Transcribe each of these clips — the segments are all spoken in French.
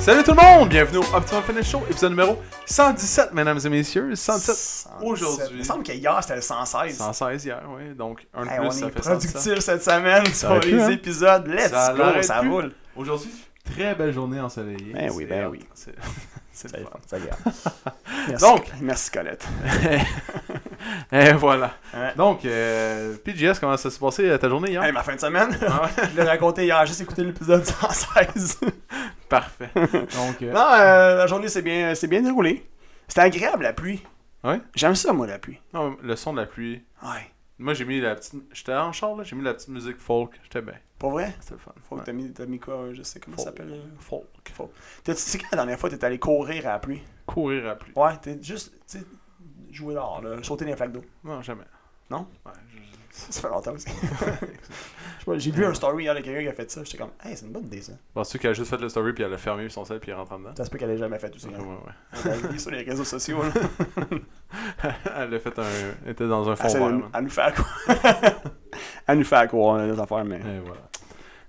Salut tout le monde! Bienvenue au Optimum Fitness Show, épisode numéro 117, mesdames et messieurs. 117 Il aujourd'hui. me semble qu'hier c'était le 116. 116 hier, oui. Donc, un de Hey, plus, on ça est fait 117. productif cette semaine sur aurait pu, les hein. épisodes. Let's Ça go, l'aurait ça pu. roule. Aujourd'hui, très belle journée ensoleillée. Ben oui, C'est ben hot. oui. C'est- C'est Ça le y est, fun. ça y est. Merci, Donc. merci Colette. Et voilà. Ouais. Donc, euh, PGS, comment ça s'est passé euh, ta journée hier? Hey, ma fin de semaine, Ah, je l'ai raconté hier, juste écouté l'épisode 116. Parfait. Donc, euh, non, euh, la journée s'est bien, s'est bien déroulée. C'était agréable la pluie. Ouais? J'aime ça, moi, la pluie. non, le son de la pluie. Ouais. Moi, j'ai mis la petite. J'étais en char, là. J'ai mis la petite musique folk. J'étais bien. Pour vrai? C'était le fun. Faut que Ouais. t'as mis, t'as mis quoi, euh, je sais comment ça s'appelle. euh, Folk. Folk. T'as- Tu sais quand la dernière fois t'es allé courir à la pluie? Courir à la pluie. Ouais, t'es juste, tu sais, jouer dehors, là, sauter dans les flaques d'eau. Non, jamais. Non? Ouais, je- Ça fait longtemps aussi. Je sais pas, J'ai vu un story hein, hier de quelqu'un qui a fait ça. J'étais comme, hey, c'est une bonne idée ça. Penses-tu qu'elle a juste fait le story puis elle a fermé son sel puis elle est rentrée dedans? Ça se peut qu'elle ait jamais fait tout ça. Ouais, hein. ouais, ouais. Elle a mis sur les réseaux sociaux. Là. elle a fait un. Elle était dans un fond Elle sait vert, man. à nous faire quoi À nous faire quoi, des affaires, mais. Et voilà.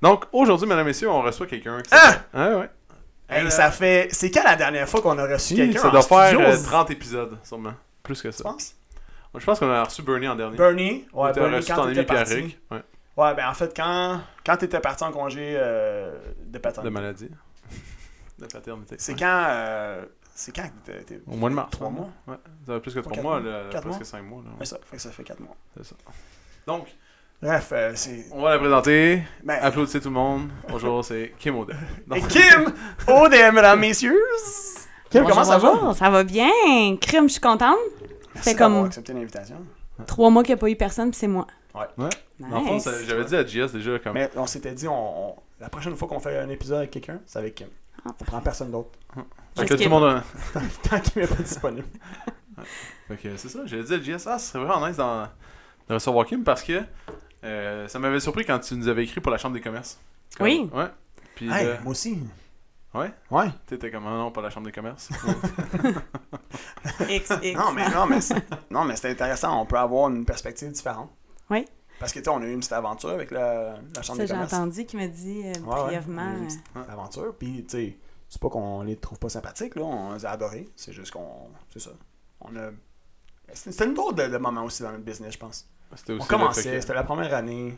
Donc, aujourd'hui, mesdames et messieurs, on reçoit quelqu'un. qui Ah! s'appelle- Ouais, ouais. Hey, Euh, ça fait. C'est quand la dernière fois qu'on a reçu quelqu'un ça en doit faire studio, euh, c'est- 30 épisodes, sûrement. Plus que tu ça. penses Je pense qu'on a reçu Bernie en dernier. Bernie, On ouais, t'a Bernie, reçu quand ton t'étais ami parti. Pierrick. Ouais, Ouais, ben en fait, quand, quand t'étais parti en congé euh, de patente. de maladie. de paternité. C'est Ouais. quand. euh, c'est quand que t'es- t'es- Au mois de mars. Trois ouais. mois. Ouais. Ça fait plus que Trois, 3 quatre mois, mois. là, Quatre presque mois. 5 mois. là, ouais. Ouais, ça, fait que ça fait 4 mois. C'est ça. Donc, Bref, euh, c'est. on va la présenter. Ben, Applaudissez tout le monde. Bonjour, c'est Kim O'Dell. Et Kim, ODM, mesdames, messieurs. Kim, Bonjour, comment ça va? bonjour. Ça va bien. Crime, je suis contente. Merci Fait comme- d'avoir accepté l'invitation. Trois mois qu'il n'y a pas eu personne, puis c'est moi. Ouais. Ouais. Nice. Dans le fond, ça- j'avais dit à JS déjà comme. Mais on s'était dit, on, on- la prochaine fois qu'on fait un épisode avec quelqu'un, c'est avec Kim. Ah. On prend personne d'autre. Fait que Qu'est-ce tout le monde a- Tant Kim n'est pas disponible. Fait que c'est ça, j'avais dit à JS, ah, ce serait vraiment nice d'en- de recevoir Kim parce que euh, ça m'avait surpris quand tu nous avais écrit pour la Chambre des commerces. Comme- Oui. Ouais. Puis Hey, euh, moi aussi. Ouais? Ouais. t'étais comme, Ah non, pas la Chambre des commerces. X, X. Non, mais, non, mais, c'est- non, mais c'est intéressant. On peut avoir une perspective différente. Oui. Parce que, tu sais, on a eu une petite aventure avec la, la Chambre Ça, des j'ai commerces. entendu qu'il m'a dit euh, Ouais, ouais. brièvement. Une euh, petite aventure. Puis, tu sais, c'est pas qu'on les trouve pas sympathiques, là. On les a adorés. C'est juste qu'on. C'est ça. On a. C'était c'était une drôle de, de moment aussi dans notre business, je pense. C'était On aussi le fait commençait, que- c'était la première année.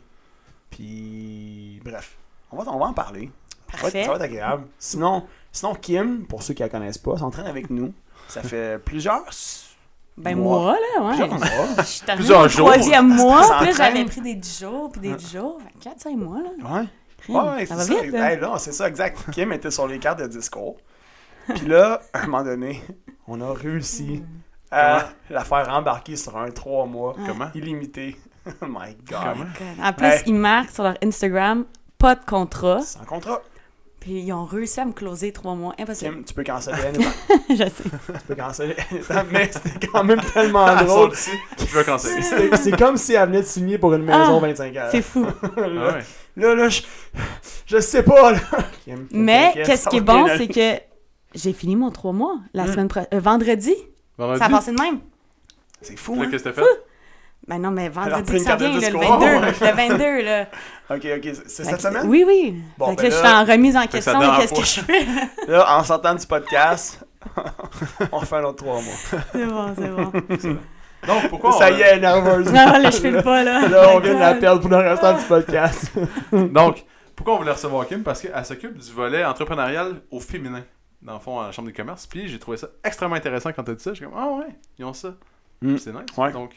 Puis, bref. On va, on va en parler. Ça va, être, Parfait. ça va être agréable. Sinon, sinon, Kim, pour ceux qui la connaissent pas, s'entraîne avec nous. Ça fait plusieurs. s- ben, mois. moi, là, Plusieurs ouais. mois. Je suis arrivée Plusieurs au jours. troisième mois, Ça puis là, j'avais s'entraîne. pris des 10 jours, puis des 10 jours. Fait 4, 5 mois, là. Ouais. Crime, Ouais, ouais, ça c'est va ça. vite, hein. là. Hey, non, c'est ça, exact. Kim était sur les cartes de discours. Puis là, à un moment donné, on a réussi Hmm. à la faire embarquer sur un 3 mois Ah. Comment illimité. Oh my god. Comment God. En plus, Hey. ils marquent sur leur Instagram pas de contrat, Sans contrat. puis ils ont réussi à me closer trois mois. Impossible. Kim, tu peux canceller anytime. je sais. tu peux canceller anytime, mais c'était quand même tellement Ah, drôle. sorti. Je veux canceller. C'était- C'est comme si elle venait de signer pour une maison Ah, 25 ans. C'est fou. Ah ouais. Là, là, je, je sais pas. Là. Kim, Kim, Mais t'inquiète, qu'est-ce ça qui est va bien bon, aller. c'est que j'ai fini mon trois mois la Mm. semaine pro- euh, vendredi. Ça a Vendredi, passé de même. C'est là, fou. hein? qu'est-ce que t'as fait Ben non, mais Elle a vendredi repris que une ça carte de vient, là, le discours. 22. Le 22, là. Ok, ok. C'est Fait cette que- semaine? Oui, oui. Bon, fait que ben là, je suis là- en remise en que ça question de dérape qu'est-ce que je fais. Là, en sortant du podcast, on fait un autre trois mois. c'est bon, c'est bon. Donc, pourquoi ça on- y est, elle est nerveuse. Non, là, je fais le pas, là. Là, on Oh My vient de la God. perdre pour le restant du podcast. Donc, pourquoi on voulait recevoir Kim Parce qu'elle s'occupe du volet entrepreneurial au féminin, dans le fond, à la Chambre des commerces. Puis j'ai trouvé ça extrêmement intéressant quand t'as dit ça. J'ai comme, ah ouais, ils ont ça. Mm. C'est nice. Ouais. Donc,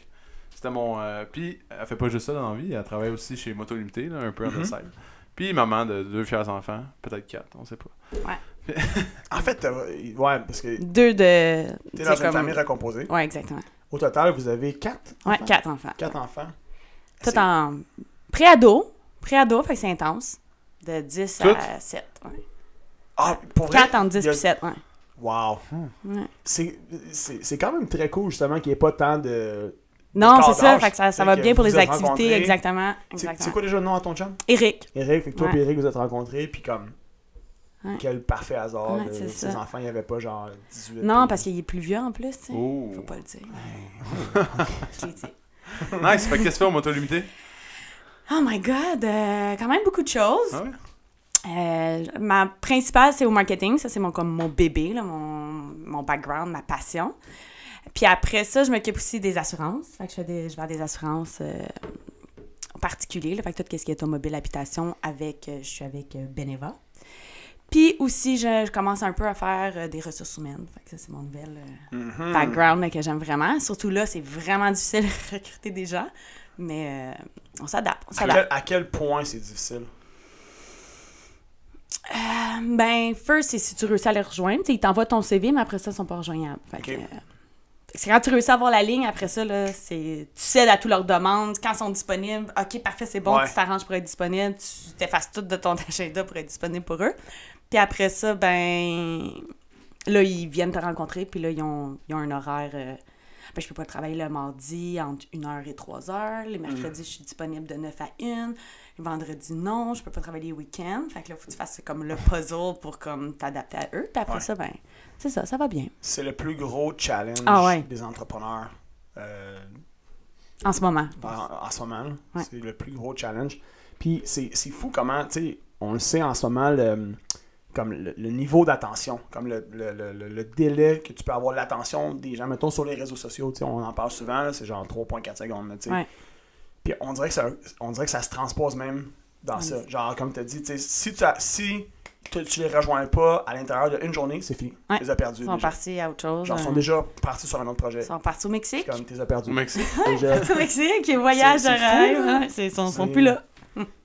c'était mon. euh, puis, elle fait pas juste ça dans la vie. Elle travaille aussi chez Moto Limité, là, un peu en Mhm. side. Puis, maman de deux fiers enfants, peut-être quatre, on sait pas. En fait, euh, ouais, parce que Deux de. t'es c'est dans une famille recomposée. Ouais, exactement. Au total, vous avez quatre, Ouais, Enfants. quatre enfants. quatre enfants. Tout en pré-ado. Pré-ado, fait que c'est intense. De 10 à 7. Ouais. Ah, pour vrai? 4 en 10 Il y a- puis 7, ouais. Wow. Ouais. C'est c'est- c'est quand même très cool, justement, qu'il n'y ait pas tant de Non, corps c'est ça, d'âge. fait que ça, ça Fait va que bien pour vous les êtes activités, rencontrés. exactement. C'est exactement. c'est quoi déjà le nom à ton chum? Eric. Eric, fait que toi Ouais. et Eric vous êtes rencontrés, puis comme. Ouais. Quel parfait hasard. Ouais, de- c'est ses ça. enfants, il n'y avait pas genre 18. Non, parce qu'il est plus vieux en plus, tu sais. Oh. Faut pas le dire. Je l'ai dit. Nice, fait que qu'est-ce que tu fais en moto limitée? Oh my God, euh, quand même beaucoup de choses. Ah ouais? Euh, ma principale, c'est au marketing. Ça, c'est mon, comme mon bébé, là, mon, mon background, ma passion. Puis après ça, je m'occupe aussi des assurances. Fait que je, fais des, je vends des assurances euh, en particulier. Là, fait que tout ce qui est automobile, habitation, avec, euh, je suis avec euh, Beneva. Puis aussi, je, je commence un peu à faire euh, des ressources humaines. Fait que ça, c'est mon nouvel euh, Mhm. background là, que j'aime vraiment. Surtout là, c'est vraiment difficile de recruter des gens. Mais euh, on s'adapte, on À s'adapte. quel, à quel point c'est difficile? Euh, ben, first, c'est si tu réussis à les rejoindre. Tu sais, ils t'envoient ton CV, mais après ça, ils sont pas rejoignables. Fait que, Ok. euh, fait que c'est quand tu réussis à avoir la ligne, après ça, là, c'est, tu cèdes à toutes leurs demandes. Quand ils sont disponibles, OK, parfait, c'est bon, Ouais. tu t'arranges pour être disponible. Tu t'effaces tout de ton agenda pour être disponible pour eux. Puis après ça, ben, là, ils viennent te rencontrer, puis là, ils ont, ils ont un horaire... euh, ben, je peux pas travailler le mardi entre 1h et 3h. Les Mm. mercredis, je suis disponible de 9 à 1. Le vendredi, non, je peux pas travailler les week-ends. Fait que là, faut que tu fasses comme le puzzle pour comme t'adapter à eux. Puis après Ouais. ça, ben, c'est ça, ça va bien. C'est le plus gros challenge Ah ouais. des entrepreneurs euh, En ce moment. en, en ce moment. là. Ouais. C'est le plus gros challenge. Puis c'est c'est fou comment, tu sais, on le sait en ce moment, le, comme le, le niveau d'attention, comme le, le- le- le- le délai que tu peux avoir de l'attention des gens, mettons sur les réseaux sociaux, tu sais, on en parle souvent, là, c'est genre 3.4 secondes, là, tu sais. Ouais. Puis on dirait, que ça, on dirait que ça se transpose même dans ça. Genre, comme tu as dit, tu sais, si, tu as- si tu tu les rejoins pas à l'intérieur d'une journée, c'est fini. Ouais. Tu les as perdus. Ils sont déjà. partis à autre chose. Genre, ils sont hein. déjà partis sur un autre projet. Ils sont partis au Mexique. Comme tu les as perdus. Au Mexique? Déjà. Au Mexique, ils voyagent C'est- de c'est fou, rêve. là. hein. C'est- Ils sont, sont C'est- plus là.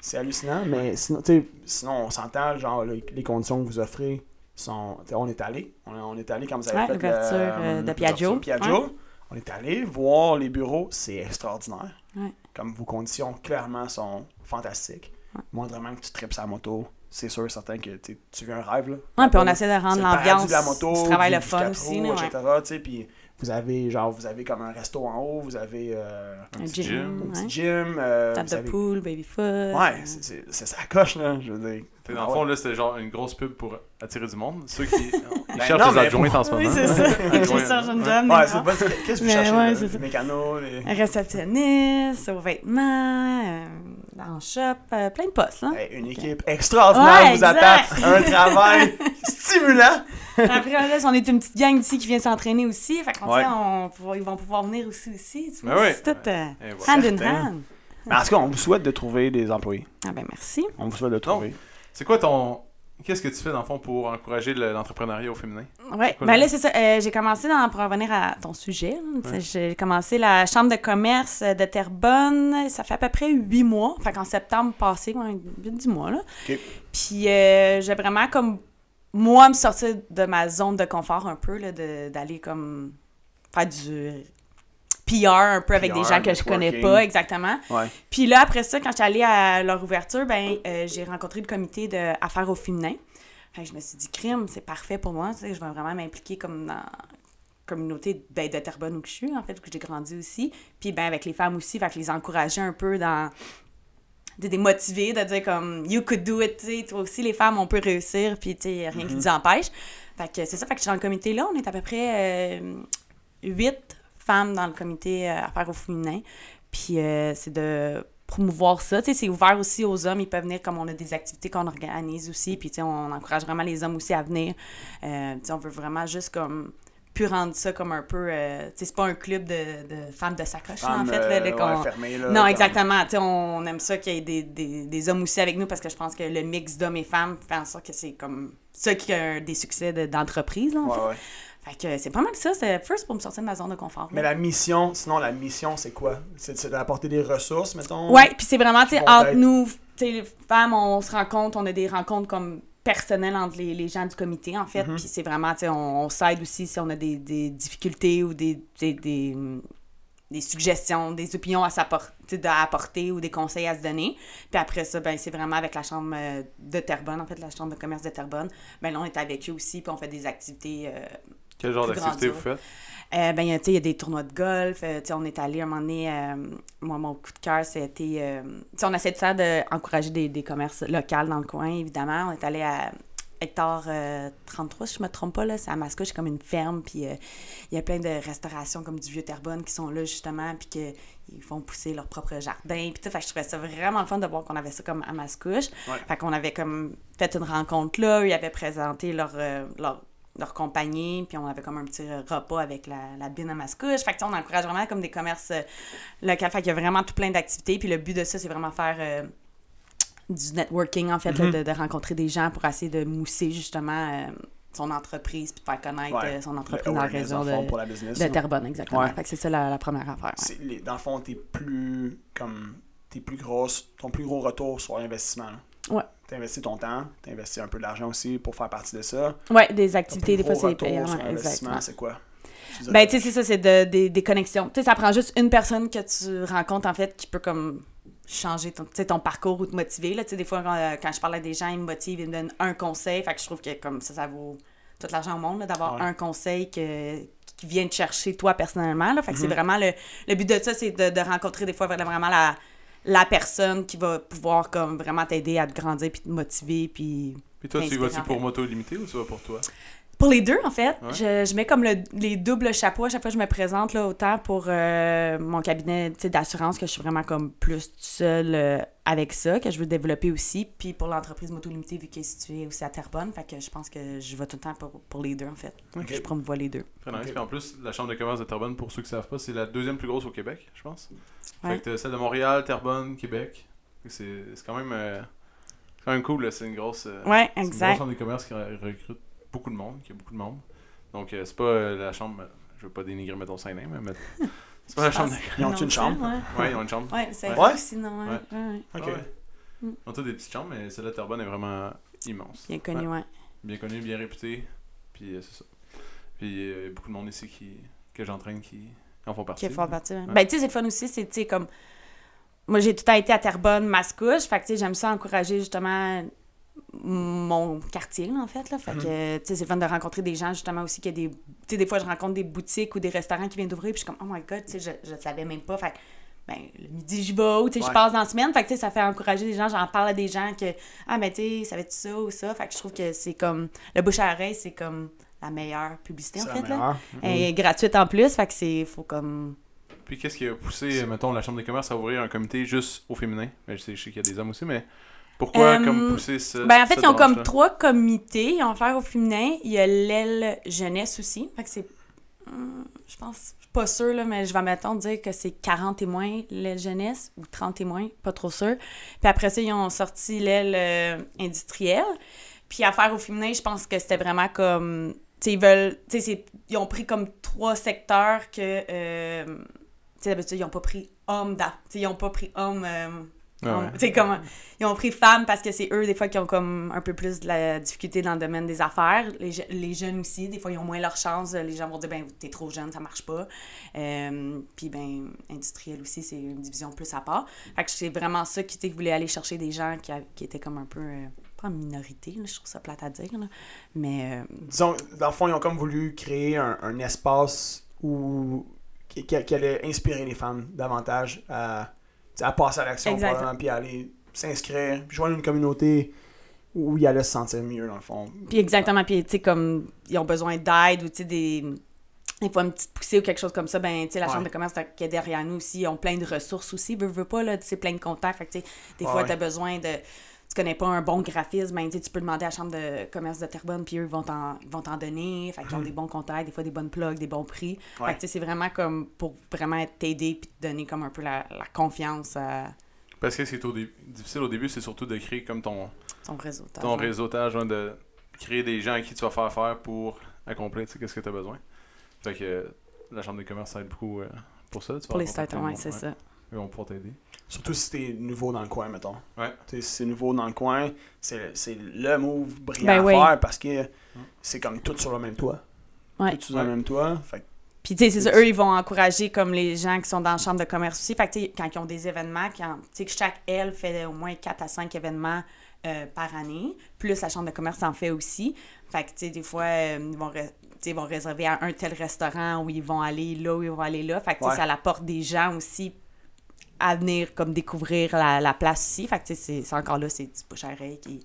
C'est hallucinant, mais sinon, tu sais, sinon on s'entend, genre, le- les conditions que vous offrez sont. tu sais, On est allé. On, on est allé comme vous avez Ouais, fait. le- l'ouverture, euh, de Piaggio. l'ouverture Piaggio. On est allé voir les bureaux. C'est extraordinaire. Ouais. Comme vos conditions, clairement, sont fantastiques. Moindrement que tu tripes sa moto, c'est sûr et certain que tu sais, tu vis un rêve. Là. Ouais, puis on Là-bas, essaie de c'est rendre le paradis l'ambiance de la moto, du travail du- le du fun quatre aussi. roues, là, ouais. etc. tu sais, Puis vous avez, genre, vous avez comme un resto en haut, vous avez euh, Un petit gym, un gym, petit ouais. gym. euh, Table vous de avez- poule, euh. baby foot. Ouais, c'est- c'est c'est sa coche, là, je veux dire. T'sais, dans le Ah fond, ouais. là, c'était genre une grosse pub pour attirer du monde. Ceux qui ils Ben cherchent non, des mais adjointes en ce Oui, moment. c'est ça. J'ai Adjoint, ça, je ouais. me donne. Ouais, mais c'est non. bon. Qu'est-ce que vous Mais cherchez, ouais, là? c'est ça. Les mécanos, les... Un réceptionniste, aux vêtements, euh, en shop, euh, plein de postes. Là. Hey, une équipe extraordinaire Ouais, vous attend. Un travail stimulant. Après, là, on est une petite gang d'ici qui vient s'entraîner aussi. Fait qu'on Ouais. sait, on, pouvoir- ils vont pouvoir venir aussi. aussi tu vois, Ben oui. c'est tout euh, Et voilà. hand in Certain. hand. Mais en tout cas, on vous souhaite de trouver des employés. Ah ben merci. On vous Oh. souhaite de trouver. C'est quoi ton. Qu'est-ce que tu fais dans le fond pour encourager le- l'entrepreneuriat au féminin? Ouais. Cool. Ben là, c'est ça. euh, j'ai commencé, dans, pour revenir à ton sujet, hein, tu sais, j'ai commencé la chambre de commerce de Terrebonne. Ça fait à peu près huit mois. Fait qu'en septembre passé, ouais, huit, dix mois, là. Ok. Puis euh, j'ai vraiment comme moi me sortir de ma zone de confort un peu là, de- d'aller comme faire du PR un peu avec des PR, gens que je connais networking. pas exactement. Ouais. Puis là après ça quand j'étais allée à leur ouverture, ben euh, j'ai rencontré le comité de affaires au féminin. Fait que je me suis dit crime, c'est parfait pour moi, tu sais, je vais vraiment m'impliquer comme dans la communauté ben, de Terrebonne où que je suis en fait où que j'ai grandi aussi, puis ben avec les femmes aussi, fait que les encourager un peu dans de les motiver, de dire comme you could do it, tu sais, toi aussi les femmes on peut réussir, puis tu sais, Mm-hmm. rien qui nous empêche. Fait que c'est ça, fait que je suis dans le comité là, on est à peu près euh, huit femmes dans le comité euh, affaires au féminin, puis euh, c'est de promouvoir ça, tu sais, c'est ouvert aussi aux hommes, ils peuvent venir comme on a des activités qu'on organise aussi, puis tu sais, on encourage vraiment les hommes aussi à venir. Euh, tu sais, on veut vraiment juste comme puis rendre ça comme un peu, euh, tu sais, c'est pas un club de, de femmes de sacoche, là, en Femme, fait, là, euh, de- ouais, qu'on- fermée, là, non, comme- exactement. Tu sais, on aime ça qu'il y ait des, des- des hommes aussi avec nous parce que je pense que le mix d'hommes et femmes fait en sorte que c'est comme ça qui a des succès de- d'entreprise, là, en Ouais, fait. ouais. Fait que c'est pas mal ça. C'est first pour me sortir de ma zone de confort. Mais la mission, sinon, la mission, c'est quoi? C'est c'est d'apporter des ressources, mettons? Ouais, puis c'est vraiment, tu sais, Bon, entre peut-être. nous, tu sais, les femmes, on se rencontre, on a des rencontres comme personnelles entre les, les gens du comité, en fait. Puis c'est vraiment, tu sais, on, on s'aide aussi si on a des, des difficultés ou des, des, des, des suggestions, des opinions à, s'appor- tu sais, à apporter ou des conseils à se donner. Puis après ça, ben, c'est vraiment avec la chambre euh, de Terrebonne, en fait, la chambre de commerce de Terrebonne. Ben là, on est avec eux aussi, puis on fait des activités euh, Quel genre Plus d'activité vous grandiose. faites Euh, ben, tu sais, il y a des tournois de golf. euh, tu sais, on est allé un moment donné. euh, moi, mon coup de cœur, c'était. euh, tu sais, on essaie de faire d'encourager des, des commerces locaux dans le coin, évidemment. On est allé à Hectare euh, 33, si je me trompe pas, là. C'est à Mascouche, c'est comme une ferme. Puis euh, il y a plein de restaurations comme du Vieux Terrebonne qui sont là, justement. Puis que ils font pousser leur propre jardin. Puis tout, fait que je trouvais ça vraiment le fun de voir qu'on avait ça comme à Mascouche. Ouais. Fait qu'on avait comme fait une rencontre là, eux, ils avaient présenté leur, euh, leur, leur compagnie, puis on avait comme un petit euh, repas avec la, la bine à Mascouche. Fait que tu sais, on encourage vraiment comme des commerces euh, locaux. Fait qu'il y a vraiment tout plein d'activités. Puis le but de ça, c'est vraiment faire... euh, du networking, en fait, là, Mhm. de, de rencontrer des gens pour essayer de mousser justement euh, son entreprise puis de faire connaître Ouais. euh, son Le entreprise dans la awareness, région dans le fond, de, pour la business. de là. Terrebonne, exactement. Ouais. Fait que c'est ça la, la première affaire. ouais. C'est- les- dans le fond, t'es plus comme t'es plus grosse, ton plus gros retour sur l'investissement. là. Ouais. T'investis ton temps, t'investis un peu d'argent aussi pour faire partie de ça. Ouais, des Ton activités, plus des fois, gros c'est retour payant. sur ouais, exactement. l'investissement, c'est quoi? Tu dirais- Ben, tu sais, c'est ça, c'est de- des, des connexions. Tu sais, ça prend juste une personne que tu rencontres, en fait, qui peut comme changer ton, tu sais, ton parcours ou te motiver. Là. Tu sais, des fois, quand, euh, quand je parle à des gens, ils me motivent, ils me donnent un conseil. Fait que je trouve que comme ça, ça vaut tout l'argent au monde là, d'avoir Ouais. un conseil que, qui vient te chercher toi personnellement. Là. Fait que c'est vraiment le, le but de ça, c'est de, de rencontrer des fois vraiment la, la personne qui va pouvoir comme vraiment t'aider à te grandir puis te motiver puis Puis toi, tu y vas-tu Inspirant. pour moto limitée ou tu vas pour toi pour les deux, en fait. Ouais. Je, je mets comme le- les doubles chapeaux à chaque fois que je me présente, là, autant pour euh, mon cabinet tu sais, d'assurance, que je suis vraiment comme plus toute seule euh, avec ça, que je veux développer aussi, puis pour l'entreprise Moto Limitée, vu qu'elle est située aussi à Terrebonne. Fait que je pense que je vais tout le temps pour, pour les deux, en fait. Ok. Je promouvois les deux. Très nice. Ok. Puis en plus, la chambre de commerce de Terrebonne, pour ceux qui savent pas, c'est la deuxième plus grosse au Québec, je pense. Ouais. Fait que t'as celle de Montréal, Terrebonne, Québec. Fait que C'est c'est quand même, euh, c'est quand même cool, là. c'est une grosse. euh, Ouais, c'est une exact. grosse chambre de commerce qui re- recrute beaucoup de monde, qui a beaucoup de monde. Donc euh, c'est pas euh, la chambre, je veux pas dénigrer mettons Saint-Nain, mais mais- c'est pas la chambre. de- Ils ont une chambre? Ouais, Ouais, ils ont une chambre. ouais c'est Ouais. vrai sinon, ouais. Ouais. ouais, ouais. Ok. Ah ouais. Mm. Ils ont toutes des petites chambres, mais celle de Terrebonne est vraiment immense. Bien connu, ouais. bien connu, bien réputé. Puis euh, c'est ça. Puis euh, beaucoup de monde ici qui, que j'entraîne qui en font partie. qui est fort parti. hein. Ouais. Ben, tu sais, c'est le fun aussi, c'est, tu sais, comme. Moi, j'ai tout le temps été à Terrebonne, Mascouche. Fait que, tu sais, j'aime ça encourager, justement, mon quartier, là, en fait. Là. Fait que, Mm-hmm. tu sais, c'est le fun de rencontrer des gens, justement, aussi, qui a des. Tu sais, des fois, je rencontre des boutiques ou des restaurants qui viennent d'ouvrir, puis je suis comme, oh my god, tu sais, je, je savais même pas. Fait que, ben, le midi, j'y vais, ou, tu sais, Ouais. je passe dans la semaine. Fait que, tu sais, ça fait encourager les gens. J'en parle à des gens que, ah, ben, tu sais, savais-tu ça ou ça? Fait que je trouve que c'est comme. Le bouche à oreille, c'est comme la meilleure publicité, en C'est la fait, là. meilleure. Mm-hmm. Elle est gratuite en plus, fait que c'est. Faut comme. Puis qu'est-ce qui a poussé, euh, mettons, la Chambre des commerces à ouvrir un comité juste au féminin Mais je sais, je sais qu'il y a des hommes aussi, mais pourquoi Euh, comme pousser ce. Ben, en fait, cette ils ont comme branche-là? trois comités. Ils ont affaire au féminin. Il y a l'aile jeunesse aussi. Fait que c'est. hum, Je pense. Je suis pas sûre, là, mais je vais m'attendre à dire que c'est 40 témoins, l'aile jeunesse, ou 30 témoins, pas trop sûr. Puis après ça, ils ont sorti l'aile euh, industrielle. Puis affaire au féminin, je pense que c'était vraiment comme. Tu sais, ils veulent. Tu sais, c'est- ils ont pris comme trois secteurs que. euh, tu sais, d'habitude, ils ont pas pris hommes dans. Tu sais, ils ont pas pris hommes. euh, Ah ouais. on- t'sais, comme, ils ont pris femmes parce que c'est eux, des fois, qui ont comme un peu plus de la difficulté dans le domaine des affaires. Les, je- les jeunes aussi, des fois, ils ont moins leur chance. Les gens vont dire, ben, t'es trop jeune, ça marche pas. Euh, Puis, ben, industriel aussi, c'est une division plus à part. Fait que c'est vraiment ça qui t'sais, voulait aller chercher des gens qui, a- qui étaient comme un peu, euh, pas en minorité, là, je trouve ça plate à dire, là. mais euh, Disons, dans le fond, ils ont comme voulu créer un, un espace où qui, qui- qui allait inspirer les femmes davantage à, tu sais, à passer à l'action, Exactement. probablement, puis à aller s'inscrire, puis joindre une communauté où ils allaient se sentir mieux, dans le fond. Puis exactement, puis tu sais, comme ils ont besoin d'aide ou tu sais, des, des fois une petite poussée ou quelque chose comme ça, ben tu sais, la Ouais. chambre de commerce t'as- qui est derrière nous aussi, ils ont plein de ressources aussi, veux, veux pas, là, tu sais, plein de contacts. Fait que tu sais, des Ouais, fois, ouais. t'as besoin de. Tu connais pas un bon graphisme, ben, tu sais, tu peux demander à la chambre de commerce de Terrebonne, puis eux ils vont t'en ils vont t'en donner. Fait qu'ils ont des bons contacts, des fois des bonnes plugs, des bons prix. Hmm. Ouais. Fait que tu sais, c'est vraiment comme pour vraiment t'aider puis te donner comme un peu la, la confiance à Parce que ce qui est au dé- difficile au début, c'est surtout de créer comme ton, ton réseau. t'as ton raison. réseautage, hein, de créer des gens à qui tu vas faire affaire pour accomplir, tu sais, qu'est-ce que tu as besoin. Fait que euh, la Chambre des commerces, ça aide beaucoup euh, pour ça. Tu vas Pour les rencontrer starters, plein de monde, ouais, c'est ça. Ils vont pouvoir t'aider. Surtout si t'es nouveau dans le coin, mettons. Ouais. Tu sais, si c'est nouveau dans le coin, c'est c'est le move brillant Ben à oui. faire parce que c'est comme tout sur le même toit. Ouais. Tout sur le même toit. Fait que Puis, tu sais, c'est ça, eux, ils vont encourager comme les gens qui sont dans la chambre de commerce aussi. Fait que, tu sais, quand ils ont des événements, quand, tu sais, que chaque aile fait au moins 4 à 5 événements euh, par année, plus la chambre de commerce en fait aussi. Fait que, tu sais, des fois, euh, ils vont. re- tu sais, ils vont réserver à un tel restaurant où ils vont aller là, où ils vont aller là. Fait que tu sais, Ouais. ça apporte des gens aussi à venir comme découvrir la, la place aussi. Fait que tu sais, c'est- c'est encore là, c'est du bouche à oreille qui est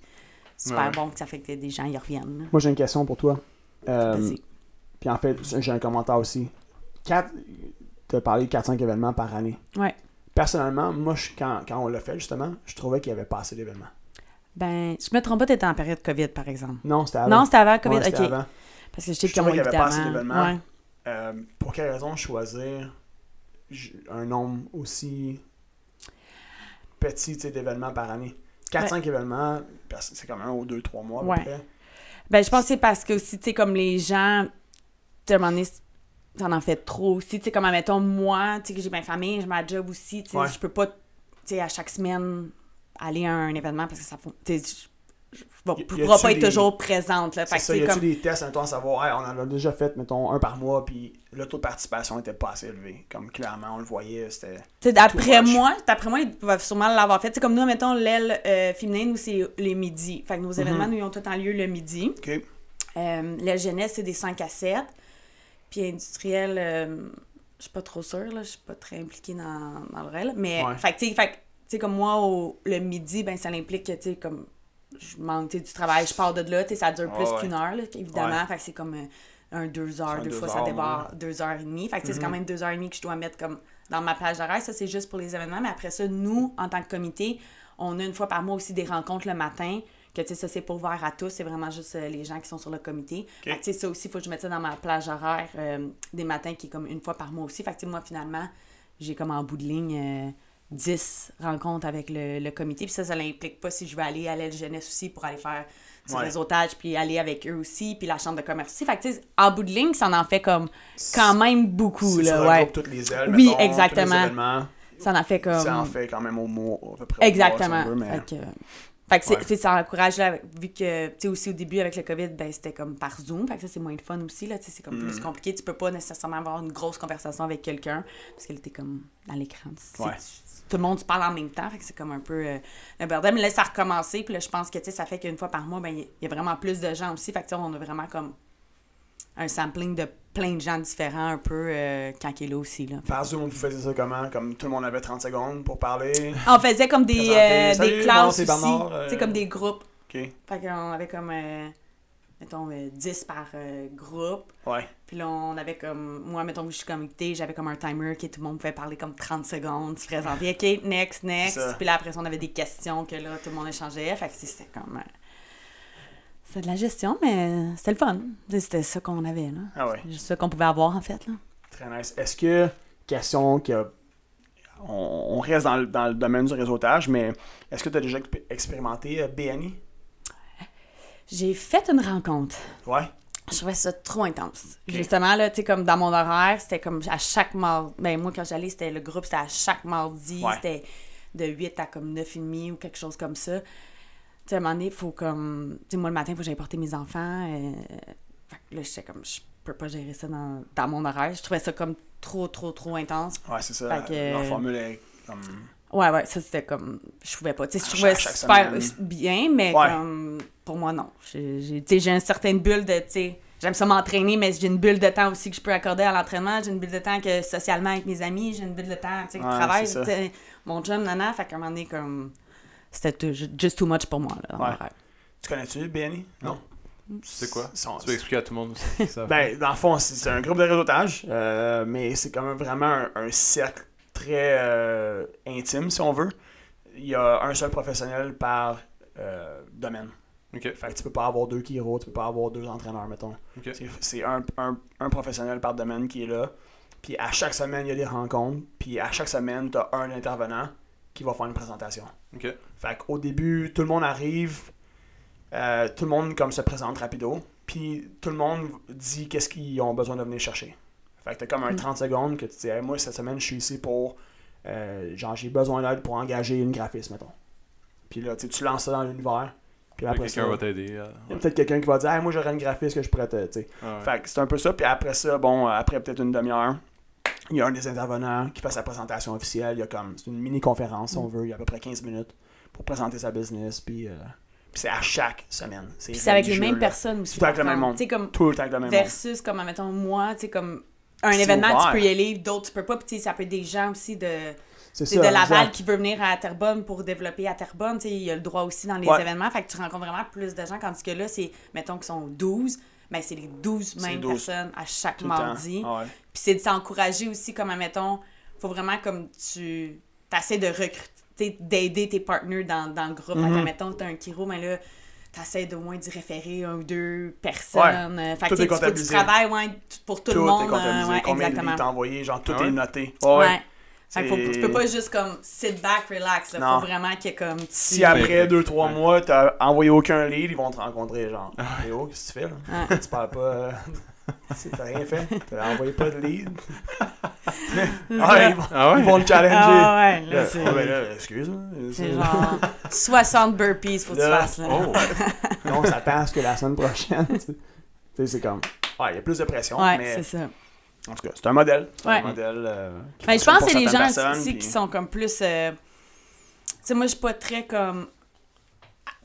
super Ouais. bon, que ça fait que des gens y reviennent. là. Moi, j'ai une question pour toi. Euh, Vas-y. puis en fait, j'ai un commentaire aussi. Quatre, t'as parlé de 4-5 événements par année. Ouais. Personnellement, moi, je- quand, quand on l'a fait, justement, je trouvais qu'il y avait pas assez d'événements. Ben, je me trompe pas, t'étais en période COVID, par exemple. Non, c'était avant. Non, c'était avant COVID. Ah Ouais, c'était ok. avant. Parce que je sais Je qu'ils ont trouvais qu'il y avait pas assez évidemment. d'événements. Ouais. Euh, pour quelle raison choisir j- un nombre aussi petit tu sais, d'événements par année? 4-5 événements, parce que c'est comme un ou deux, trois mois à peu Ouais. près. Ben, je pense que c'est parce que aussi, tu sais, comme les gens, tu sais, à un moment donné, t'en en fais trop aussi. Tu sais, comme, admettons, moi, tu sais, que j'ai ma famille, j'ai ma job aussi, tu sais, Ouais. je peux pas, tu sais, à chaque semaine, aller à un événement parce que ça, fon- tu sais, je- Y- je ne y pourrai pas a-tu être des- toujours présente, là. Fait C'est que, ça, tu y sais, a-tu comme, des tests, mettons, à savoir, Hey, on en a déjà fait, mettons, un par mois, puis le taux de participation était pas assez élevé. Comme clairement, on le voyait, c'était. tu sais, d'après rush. moi, d'après moi, ils peuvent sûrement l'avoir fait. Tu sais, comme nous, mettons, l'aile euh, féminine, nous, c'est les midis. Fait que Mm-hmm. nos événements, nous, ils ont tout en lieu le midi. OK. Euh, la jeunesse, c'est des 5 à 7. Puis industriel, euh, je suis pas trop sûre, là, je suis pas très impliquée dans, dans le réel. Mais, Ouais. fait que, tu sais, fait que, tu sais, comme moi, au- le midi, ben, ça implique que, tu sais, comme, je manque, tu sais, du travail, je pars de là, tu sais, ça dure plus Ouais, ouais. qu'une heure, là, évidemment. Ouais. Fait que c'est comme euh, un deux C'est heures, un deux, deux fois, heures, ça déborde deux heures et demie. Fait que, tu sais, c'est quand même deux heures et demie que je dois mettre, comme, dans ma plage d'horaire. Ça, c'est juste pour les événements. Mais après ça, nous, en tant que comité, on a une fois par mois aussi des rencontres le matin. Que, tu sais, ça, c'est pas ouvert à tous. C'est vraiment juste euh, les gens qui sont sur le comité. Fait que, tu sais, ça aussi, il faut que je mette ça dans ma plage horaire euh, des matins, qui est comme une fois par mois aussi. Fait que, tu sais, moi, finalement, j'ai comme en bout de ligne euh, 10 rencontres avec le, le comité. Puis ça, ça l'implique pas si je veux aller à l'aile jeunesse aussi pour aller faire du Ouais. réseautage, puis aller avec eux aussi, puis la chambre de commerce aussi. Fait que, tu sais, en bout de ligne, ça en fait comme quand même beaucoup, si tu là, regroupes ouais. toutes les ailes, Oui, mettons, tous les exactement. événements, Ça en fait comme... ça en fait quand même au mois, à peu près. au mois, Exactement. si on veut, mais- Fait que, fait que c'est- Ouais. fait que ça encourage, là, vu que, tu sais, aussi au début avec le COVID, ben, c'était comme par Zoom. Fait que ça, c'est moins le fun aussi, là. Tu sais, c'est comme Mm. plus compliqué. Tu peux pas nécessairement avoir une grosse conversation avec quelqu'un parce qu'elle était comme dans l'écran. C'est- Ouais. Tout le monde se parle en même temps. Fait que c'est comme un peu euh, le bordel. Mais là, ça a recommencé. Puis là, je pense que, tu sais, ça fait qu'une fois par mois, ben, il y- y a vraiment plus de gens aussi. Fait que, tu sais, on a vraiment comme un sampling de plein de gens différents un peu euh, quand il est là aussi, là. Par Zoom, vous faisiez ça comment? Comme tout le monde avait 30 secondes pour parler. On faisait comme des, Présenter, euh, des Salut, bon, classes c'est aussi. Bernard, euh, Tu sais, comme des groupes. OK. Fait qu'on avait comme, euh, mettons, euh, 10 par euh, groupe. Ouais. Puis là, on avait comme, moi, mettons, que je suis comité, j'avais comme un timer qui tout le monde pouvait parler comme 30 secondes, se présenter, OK, next, next. Ça. Puis là, après ça, on avait des questions que là, tout le monde échangeait. Fait que c'était comme. euh, c'était de la gestion, mais c'était le fun. C'était ça qu'on avait, là. Ah ouais. C'était juste ça qu'on pouvait avoir, en fait, là. Très nice. Est-ce que, question que. On, on reste dans le, dans le domaine du réseautage, mais est-ce que tu as déjà expé- expérimenté euh, BNI? J'ai fait une rencontre. Ouais. je trouvais ça trop intense. Justement, là, tu sais, comme dans mon horaire, c'était comme à chaque mardi. Ben, moi, quand j'allais, c'était le groupe, c'était à chaque mardi. Ouais. C'était de 8 à comme 9h30 ou quelque chose comme ça. Tu sais, à un moment donné, faut comme. Tu sais, moi, le matin, il faut que j'aille porter mes enfants. euh, Fait que là, j'étais comme, je peux pas gérer ça dans, dans mon horaire. Je trouvais ça comme trop, trop, trop intense. Ouais, c'est ça. Fait que- Leur formule est comme. Ouais, ouais, ça c'était comme. Je trouvais pas. Tu sais, je À trouvais Ah, chaque- chaque super semaine. bien, mais Ouais. comme. Pour moi, non. J'ai- j'ai- Tu sais, j'ai une certaine bulle de. Tu sais, j'aime ça m'entraîner, mais j'ai une bulle de temps aussi que je peux accorder à l'entraînement. J'ai une bulle de temps que socialement avec mes amis. J'ai une bulle de temps, tu sais, de Ouais, travail. c'est ça. tu sais, Mon chum, nana, fait qu'à un moment donné, comme. C'était tout- just too much pour moi, là, dans Ouais. mon rêve. Tu connais-tu le BNI? Non. C'est quoi? Son- Tu peux expliquer à tout le monde ce que ça fait. Ben, dans le fond, c'est c'est un groupe de réseautage, euh, mais c'est quand même vraiment un, un cercle très euh, intime, si on veut. Il y a un seul professionnel par euh, domaine. Ok. Fait que tu peux pas avoir deux Kiro, tu peux pas avoir deux entraîneurs, mettons. Ok. C'est- C'est un, un- un professionnel par domaine qui est là. Puis à chaque semaine, il y a des rencontres. Puis à chaque semaine, tu as un intervenant qui va faire une présentation. Ok. Ben, Fait qu'au début, tout le monde arrive, euh, tout le monde comme se présente rapido, puis tout le monde dit qu'est-ce qu'ils ont besoin de venir chercher. Fait que t'as comme un Mm. 30 secondes que tu dis Hey, moi cette semaine je suis ici pour euh, genre j'ai besoin d'aide pour engager une graphiste mettons. Puis là tu sais, tu lances ça dans l'univers, puis Là, après ça, Quelqu'un va il t'aider. euh, y a ouais. peut-être quelqu'un qui va dire Hey, moi j'aurais une graphiste que je pourrais te tu sais. Ah ouais. Fait que c'est un peu ça. Puis après ça, bon, euh, après peut-être une demi-heure, il y a un des intervenants qui fait sa présentation Mm. officielle. Il y a comme, c'est une mini-conférence, si on veut, il y a à peu près 15 minutes pour présenter sa business. Puis euh, puis Puis c'est à chaque semaine. Puis c'est avec les religieux, mêmes là. personnes aussi. Tout avec par le même contre. monde. Tu sais, comme Tout le temps avec le même monde. versus, comme, admettons, moi, tu sais, comme un C'est événement, ouvert. tu peux y aller, d'autres, tu peux pas. Puis, tu sais, ça peut être des gens aussi de, C'est tu sais, de Laval exact. qui veut venir à Terrebonne pour développer à Terrebonne. Tu sais, il y a le droit aussi dans les Ouais. événements. Fait que tu rencontres vraiment plus de gens. Tandis que là, c'est, mettons, qu'ils sont 12. Mais c'est les 12 C'est mêmes 12. personnes à chaque Tout le temps. mardi. Ah ouais. Puis c'est de s'encourager aussi, comme, admettons, faut vraiment comme tu t'essaies de recruter, d'aider tes partenaires dans, dans le groupe. Fait que, Mhm. admettons, t'as un chiro, mais là, t'essaies d'au moins d'y référer un ou deux personnes. Euh, Fait Tout que tu sais, est tu fais du comptabilisé. travail ouais, t- pour tout, le monde. est euh, comptabilisé. ouais, Combien de exactement. livres t'as envoyé, genre tout Ah ouais? est noté. Ouais. Ouais. Fait que faut- C'est- tu peux pas juste comme sit back, relax. Là. Non. Faut vraiment qu'il y ait comme. tu- Si après Ouais. 2-3 Ouais. mois, t'as envoyé aucun lead, ils vont te rencontrer, genre. Léo, qu'est-ce que tu fais là Ouais. Tu parles pas. euh, si T'as rien fait T'as envoyé pas de lead Ah, ils vont, Ah ouais? ils vont le Ah challenger. ouais, là, Là, c'est. ah, ben là, excuse. hein, C'est genre 60 burpees, faut que tu Là. fasses. Là. Oh! Non, ça passe que la semaine prochaine. Tu sais. Tu sais, c'est comme. Ouais, il y a plus de pression, ouais, mais c'est ça. en tout cas, c'est un modèle. C'est Ouais. un modèle. euh, qui Ben, je fonctionne pense que pour c'est les gens certaines personnes, aussi puis- qui sont comme plus. euh, Tu sais, moi, je suis pas très comme.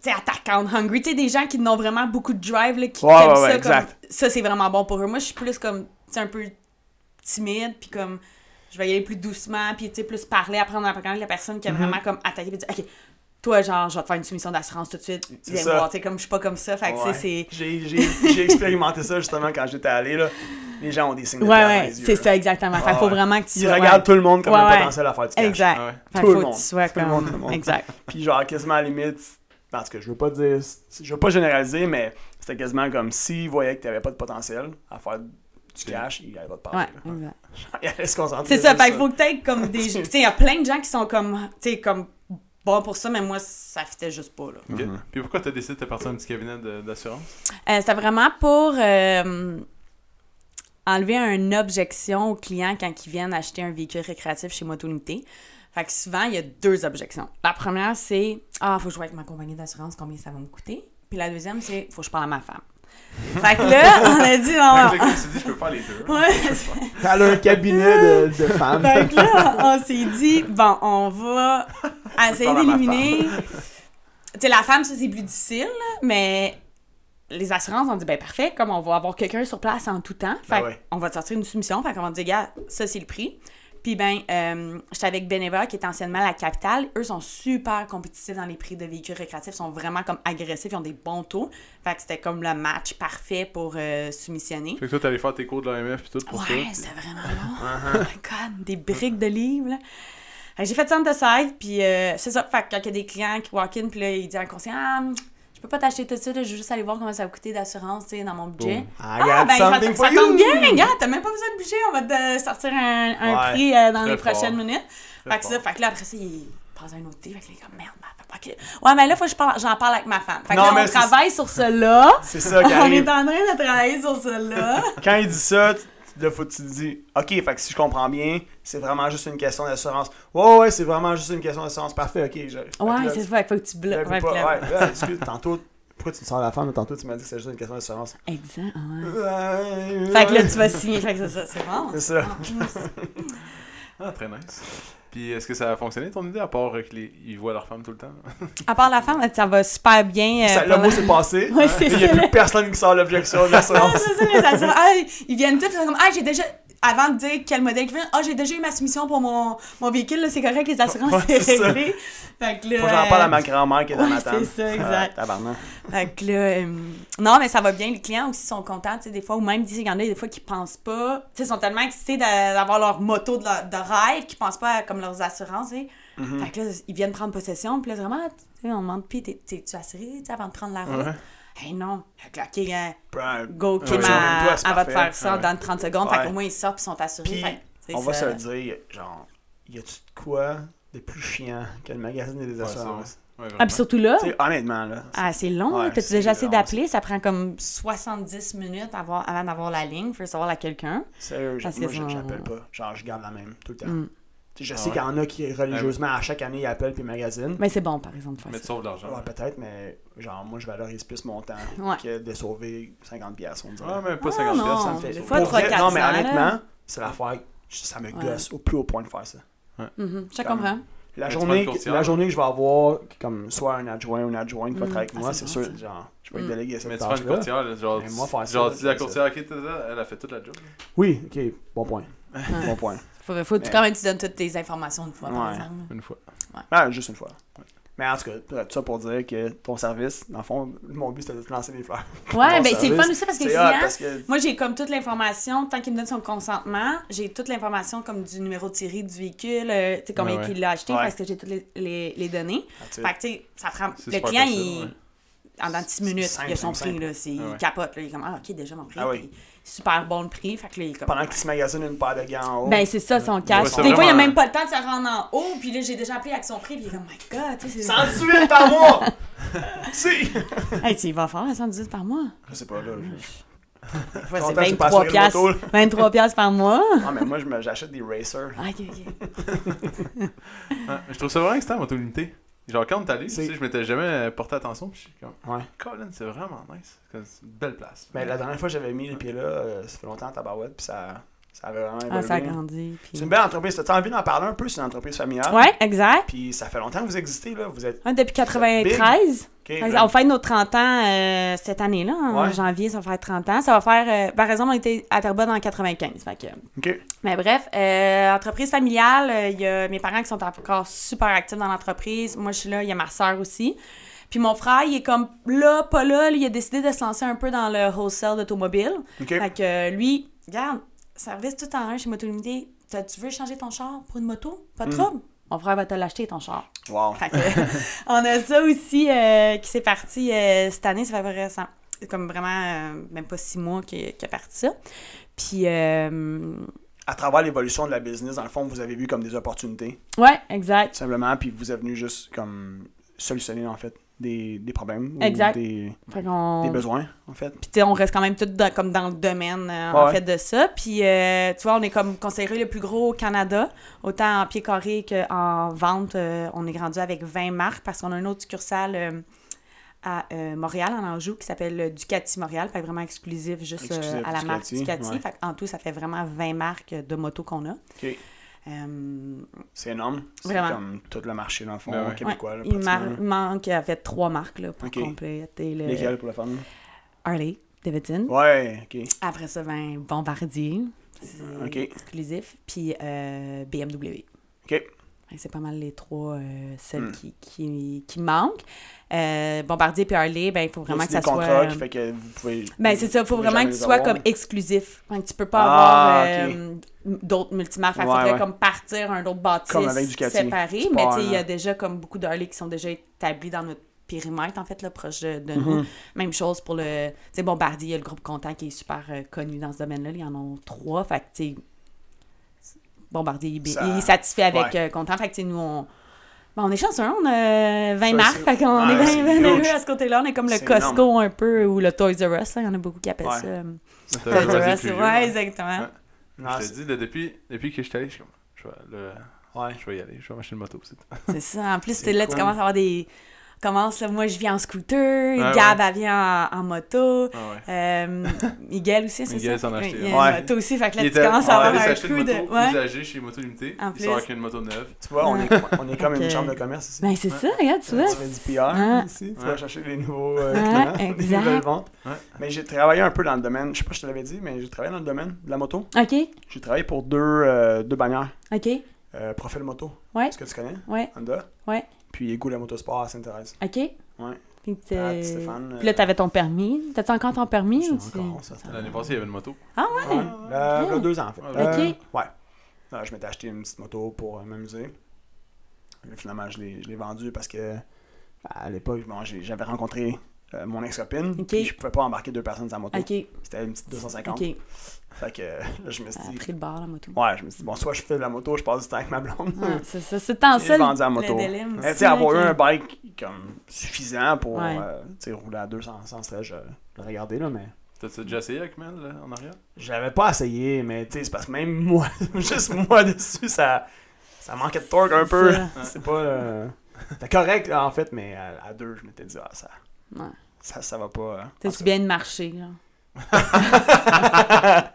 Tu sais, attaquante, hungry. Tu sais, des gens qui n'ont vraiment beaucoup de drive, là, qui Ouais, aiment ouais, ça. ouais, comme- exact. Ça, c'est vraiment bon pour eux. Moi, je suis plus comme. Tu sais, un peu timide, puis comme. Je vais y aller plus doucement, puis tu sais, plus parler, apprendre à parler la personne Mm-hmm. qui a vraiment comme attaqué, puis dire, OK, toi, genre, je vais te faire une soumission d'assurance tout de suite. C'est Viens me ça. voir. Tu sais, comme je suis pas comme ça. Fait que, tu sais, Ouais. c'est. J'ai- J'ai j'ai expérimenté ça justement quand j'étais allé. Là. Les gens ont des signes de Ouais, peur dans ouais, les yeux, c'est là. ça, exactement. Fait Ah que faut ouais. vraiment que tu Ils sois- regardent tout le monde comme Ouais, un ouais. potentiel à faire du cash. Exact. Ah ouais. Fait Tout que le faut que monde. tu sois Tout le comme. monde, tout le monde. Exact. Puis genre quasiment à la limite, parce que je veux pas dire, je veux pas généraliser, mais c'était quasiment comme s'ils voyaient que t'avais pas de potentiel à faire du cash, ils allaient pas te Ouais, parler. là. exact. Ils allaient se concentrer. C'est ça, sur fait qu'il faut que t'aies comme des. tu sais, il y a plein de gens qui sont comme. Tu sais, comme. Bon pour ça, mais moi, ça fitait juste pas, là. Ok. Mm-hmm. Puis pourquoi t'as décidé de te partir un petit cabinet de- d'assurance? Euh, C'était vraiment pour euh, enlever une objection aux clients quand ils viennent acheter un véhicule récréatif chez Motolimité. Fait que souvent, il y a deux objections. La première, c'est Ah, faut que je vois avec ma compagnie d'assurance combien ça va me coûter. Puis la deuxième, c'est Faut que je parle à ma femme. fait que là, on a dit Fait non. que là, comme tu dis, je peux faire les deux. Ah. hein. Ouais, Elle a un cabinet de, de femmes. Fait que là, on s'est dit, bon, on va essayer parle à ma d'éliminer. Tu sais, la femme, ça, c'est plus difficile, là, mais les assurances ont dit, ben parfait, comme on va avoir quelqu'un sur place en tout temps, fait Ben ouais. on va te sortir une soumission, fait qu'on va te dire, regarde, ça, c'est le prix. Puis ben, euh, j'étais avec Beneva, qui est anciennement à la capitale. Eux sont super compétitifs dans les prix de véhicules récréatifs, sont vraiment comme agressifs, ils ont des bons taux. Fait que c'était comme le match parfait pour euh, soumissionner. Fait que toi, t'allais faire tes cours de l'AMF pis tout pour ça. Ouais, c'était vraiment Uh-huh. long. oh my god, des briques de livres, là. Fait que J'ai fait ça de side, puis euh, c'est ça. Fait que quand il y a des clients qui walk in, puis là, ils disent à un conseiller, ah, je peux pas t'acheter tout de suite, là, je veux juste aller voir comment ça va coûter d'assurance, tu sais, dans mon budget. Boom. I got Ah, ben, ça, something ça for you. tombe bien, regarde, t'as même pas besoin de budget, on va te sortir un, un Ouais, prix euh, dans très les prochaines fort. minutes. Très Fait que, ça, fort. fait que là, après ça, il passe à un autre thé, fait que là, il est comme, merde, ma femme, ok. Ouais, mais là, faut que je parle- j'en parle avec ma femme. Fait que Non, là, mais on c'est- travaille sur cela. C'est ça qui On est arrive. en train de travailler sur cela. Quand il dit ça, tu- là, faut que tu te dis, OK, fait que si je comprends bien, c'est vraiment juste une question d'assurance. Ouais, ouais, c'est vraiment juste une question d'assurance. Parfait, OK. je- fait que Ouais, là, c'est ça, faut que tu Là, bloques. faut pas- ouais, là, excuse, tantôt, pourquoi tu me sors la femme, mais tantôt tu m'as dit que c'est juste une question d'assurance. Exact, ouais. Fait Fait que là, tu vas signer. Fait que c'est ça, c'est bon. C'est ça. Ah, très nice. Puis est-ce que ça a fonctionné ton idée, à part euh, qu'ils voient leur femme tout le temps? À part la femme, ça va super bien. euh, Ça- le pendant- mot s'est passé. Ouais, c'est Il n'y a ça. là. plus personne qui sort l'objection de Ah, l'assurance. c'est ça, les assureurs. Ah, ils viennent tous, ils sont comme, ah, j'ai déjà. Avant de dire quel modèle qu'ils veulent, ah, j'ai déjà eu ma soumission pour mon, mon véhicule, là, c'est correct, les assurances, Ouais, c'est c'est ça. réglé. Fait que là. Faut que j'en parle à euh, ma grand-mère qui est dans ouais, ma table. c'est ça, exact. Ah, tabarnak. Fait que là, euh, non, mais ça va bien. Les clients aussi sont contents, tu sais, des fois, ou même, tu sais, il y en a des fois qui pensent pas, tu sais, ils sont tellement excités d'a- d'avoir leur moto de, leur- de rêve qu'ils pensent pas à comme leurs assurances, tu sais. Mm-hmm. Fait que là, ils viennent prendre possession, puis là, vraiment, tu sais, on demande, puis t'es- t'es-tu assuré, tu sais, avant de prendre la route? Ouais. Hey non, fait que là, OK, hein, Brun. go, Kim, ouais. elle, Toi, c'est elle va te parfait. faire ça Ouais. dans 30 secondes, fait Ouais. qu'au moins, ils sortent, puis ils sont assurés. Puis, fait que, c'est On va se ça. le dire, genre, y a-tu de quoi de plus chiant que le magazine des Ouais, ça, assurances? Ouais, vraiment. Ah, puis surtout là, Tu sais, honnêtement, là. c'est- ah, c'est long, Ouais, hein, t'as-tu c'est déjà essayé long, d'appeler? Ça prend comme 70 minutes avant, avant d'avoir la ligne, faut savoir à quelqu'un. Sérieux, Parce que moi, c'est je- un- j'appelle pas. Genre, je garde la même tout le temps. Mm. Tu sais, je Ah sais ouais? Ben qu'il y en a qui, religieusement, à chaque année, ils appellent puis magasinent. Mais c'est bon, par exemple, de faire Mais tu ça. sauves de l'argent. Ouais, peut-être, mais genre, moi, je valorise plus mon temps Ouais. que de sauver 50$, piastres, on dirait. Ah, mais pas Ah, 50 non. piastres, ça me Des fait fois, Pour Pour trois, vrai, vrai, non, mais quatre cents, là. honnêtement, c'est l'affaire, que ça me gosse au plus haut point de faire ça. Mhm, je Comme- comprends. la Mais tu journée, prends une que- courtière, la là. journée que je vais avoir, comme soit un adjoint ou une adjointe qui va Mm. travailler avec Ah, moi, c'est c'est bon, sûr, ça. genre, je vais Mm. être délégué à cette Mais tu prends une tâche-là. courtière, là, genre, Mais moi, faire ça, genre tu dis à la c'est ça. courtière, ok, t'es là, elle a fait toute la job. Oui, ok, bon point. bon point. Faut, faut- Mais- quand même, tu donnes toutes tes informations une fois, par Ouais. exemple. là. Une fois. Ah, juste une fois. Mais en tout cas, tout ça pour dire que ton service, dans le fond, mon but c'était de te lancer des fleurs. Ouais, Bon ben c'est le service. fun aussi parce que les C'est hot clients, parce que. moi j'ai comme toute l'information, tant qu'il me donne son consentement, j'ai toute l'information comme du numéro de série du véhicule, euh, tu sais combien Ouais, ouais. il l'a acheté Ouais. parce que j'ai toutes les, les- les données. Fait que tu sais, ça prend C'est le super client facile, il ouais. en dans 10 C'est minutes, simple, il a son simple, prix là, c'est Ah ouais. il capote là, il est comme ah OK, déjà mon prix. Ah oui. puis Super bon le prix, fait que là, il est comme Pendant qu'il se magasine une paire de gants en haut. ben c'est ça son cash. Ouais, des c'est fois il a vraiment- même pas le temps de se rendre en haut, puis là j'ai déjà appelé avec son prix, puis il est comme my god, tu sais, c'est 118 par mois! si! Hey, tu y vas faire à 118 par mois. Ah, Je sais pas, là. je- Des fois, c'est Content que j'ai pas 23 assuré le moto, piastres- 23 piastres par mois. Ah, mais moi, je me- j'achète des racers. Ah, OK, OK. Ouais, Ah, Je trouve ça vraiment excitant, l'auto-limité. Genre, quand t'es allé, tu C'est- sais, je m'étais jamais euh, porté attention, puis je suis comme, Ouais. Colin, c'est vraiment nice. C'est une belle place. Mais la dernière fois, j'avais mis les pieds là, euh, ça fait longtemps à Tabarouette, puis ça, ça avait vraiment Ah, évolué. ça a grandi. puis- c'est une belle entreprise. T'as envie d'en parler un peu? C'est une entreprise familiale. Ouais, exact. Puis ça fait longtemps que vous existez, là. Vous êtes. Ouais, depuis 93. ok, Fait que là, On fête nos 30 ans euh, cette année-là. En Ouais. janvier, ça va faire 30 ans. Ça va faire. euh, par exemple, on était à Terrebonne en 95. Fait que, ok. mais bref, euh, entreprise familiale, euh, il y a mes parents qui sont encore super actifs dans l'entreprise. Moi, je suis là, il y a ma soeur aussi. Puis mon frère, il est comme là, pas là. lui, Il a décidé de se lancer un peu dans le wholesale d'automobile. Ok. Fait que euh, lui, regarde, service tout en un chez Motolimité. T'as- Tu veux changer ton char pour une moto? Pas Hmm. de trouble. Mon frère va te l'acheter, ton char. Wow. Fait que, on a ça aussi euh, qui s'est parti euh, cette année, ça fait vraiment récent. C'est Comme vraiment, euh, même pas six mois qu'il qu'il est parti ça. Puis, euh, À travers l'évolution de la business, dans le fond, vous avez vu comme des opportunités, ouais, exact. tout simplement, puis vous êtes venu juste comme solutionner, en fait, des, des problèmes. ou Exact. des, Fait des qu'on- besoins, en fait. Puis, tu sais, on reste quand même tous dans- comme dans le domaine, euh, Ouais, en ouais. fait, de ça. Puis, euh, tu vois, on est comme conseiller le plus gros au Canada, autant en pied carré qu'en vente. euh, on est rendu avec 20 marques parce qu'on a une autre succursale euh, à euh, Montréal, en Anjou, qui s'appelle euh, Ducati Montréal. Fait que vraiment exclusif juste euh, Exclusif à la marque Ducati, Ducati. ouais. Fait en tout, ça fait vraiment 20 marques euh, de motos qu'on a. Ok. Euh, C'est énorme. C'est Vraiment. comme tout le marché, dans le fond, Ben ouais. québécois. là, il mar- pratiquement. manque, en fait, trois marques là, pour Ok. compléter le Lesquels pour le fun? Harley Davidson. Ouais, ok. Après ça, ben, Bombardier. C'est Ok. exclusif. Puis euh, BMW. Ok. Fait que C'est pas mal les trois euh, celles Hmm. qui, qui, qui manquent. Euh, Bombardier puis Harley, ben, il faut vraiment C'est que ça des contrats soit. qui fait que vous pouvez. Ben, c'est ça, il faut vous pouvez vraiment jamais que tu les sois avoir. comme exclusif. Fait que tu peux pas Ah, avoir euh, m- d'autres multimarques. Il Ouais, faudrait ouais. comme partir un autre bâtisse Comme avec Ducati. séparé. Tu Mais pars, tu sais, il y hein. a déjà comme beaucoup d'Harley qui sont déjà établis dans notre périmètre, en fait, là, proche de, de Mhm. nous. Même chose pour le. Tu sais, Bombardier, il y a le groupe Content qui est super euh, connu dans ce domaine-là. Il y en a trois. Fait que, tu sais, Bombardier, il, Ça- il est satisfait avec ouais. euh, Content. Fait que, tu sais, nous, on. ben, on est chanceux, on a 20 Ça, marques, c'est- fait qu'on ouais, est c'est bien bien huge. heureux à ce côté-là. On est comme le C'est énorme. Costco un peu ou le Toys R Us, là. il y en a beaucoup qui appellent Ouais. ça. euh, C'est Toys un R choisi Us, plus ouais, vieux, hein. exactement. Ouais. Non, Je c'est- te dis, là, depuis, depuis que je suis allé, je suis comme, je vais, là, Ouais. je vais y aller, je vais m'acheter une moto. c'est tout. C'est ça. En plus, C'est t'es là, tu cool. commences à avoir des. Commence, là, moi, je viens en scooter, Ouais, Gab, elle vient en, en moto. Ah ouais. Euh, Miguel aussi, c'est ça? Miguel s'en a acheté Il y a une. une Ouais. moto aussi, fait que là, Il tu était- commences on à est allé avoir un s'acheter coup une de... moto Ouais. usagée chez Moto Limité. En Il sort plus. avec une moto neuve. Tu vois, on est, on est comme Ok. une chambre de commerce ici. Ben, c'est ça, regarde, tu vois. Tu fais du PR Ouais. ici, tu Ouais. vas chercher les nouveaux euh, Ouais, clients, les exact. nouvelles ventes. Ouais. Mais j'ai travaillé un peu dans le domaine, je sais pas si je te l'avais dit, mais j'ai travaillé dans le domaine de la moto. OK, J'ai travaillé pour deux, euh, deux bannières. OK, Euh, Profil Moto, Ouais. est-ce que tu connais? ouais, Honda. Ouais. Puis Égout la Motosport à Sainte-Thérèse. OK. Ouais. Puis, Ah, t'es- Stéphane, Puis là, euh, t'avais ton permis. T'as-tu encore ton permis? j'ai Ou tu... encore, ça, c'est- L'année passée, il y avait une moto. Ah Ouais, ouais? euh, ok. là, deux ans, en fait. Ok. Euh, ouais. Euh, je m'étais acheté une petite moto pour euh, m'amuser. Et Finalement, je l'ai je l'ai vendue parce que à l'époque, bon, j'ai- j'avais rencontré euh, mon ex-copine. Ok. Puis je pouvais pas embarquer deux personnes sur la moto. OK, C'était une petite 250. OK. Fait que euh, là, je me suis Elle a dit. pris le bar, la moto. Ouais, je me suis dit, bon, soit je fais de la moto, je passe du temps avec ma blonde. Ouais, c'est ça, c'est tant J'ai ça le, vendu la moto. le dilemme. Mais tu sais, C'est avoir vrai eu que- un bike comme suffisant pour Ouais. euh, tu sais, rouler à 200 sans stress, je euh, le regardais là, mais. T'as-tu déjà essayé avec Mel, là, en arrière J'avais pas essayé, mais tu sais, c'est parce que même moi, juste moi dessus, ça, ça manquait de torque un C'est peu. ça. C'est pas. euh, C'était correct, là, en fait, mais à, à deux, je m'étais dit, ah, ça, Ouais. ça, ça va pas. euh, en T'as-tu tout bien de marché, là? cas.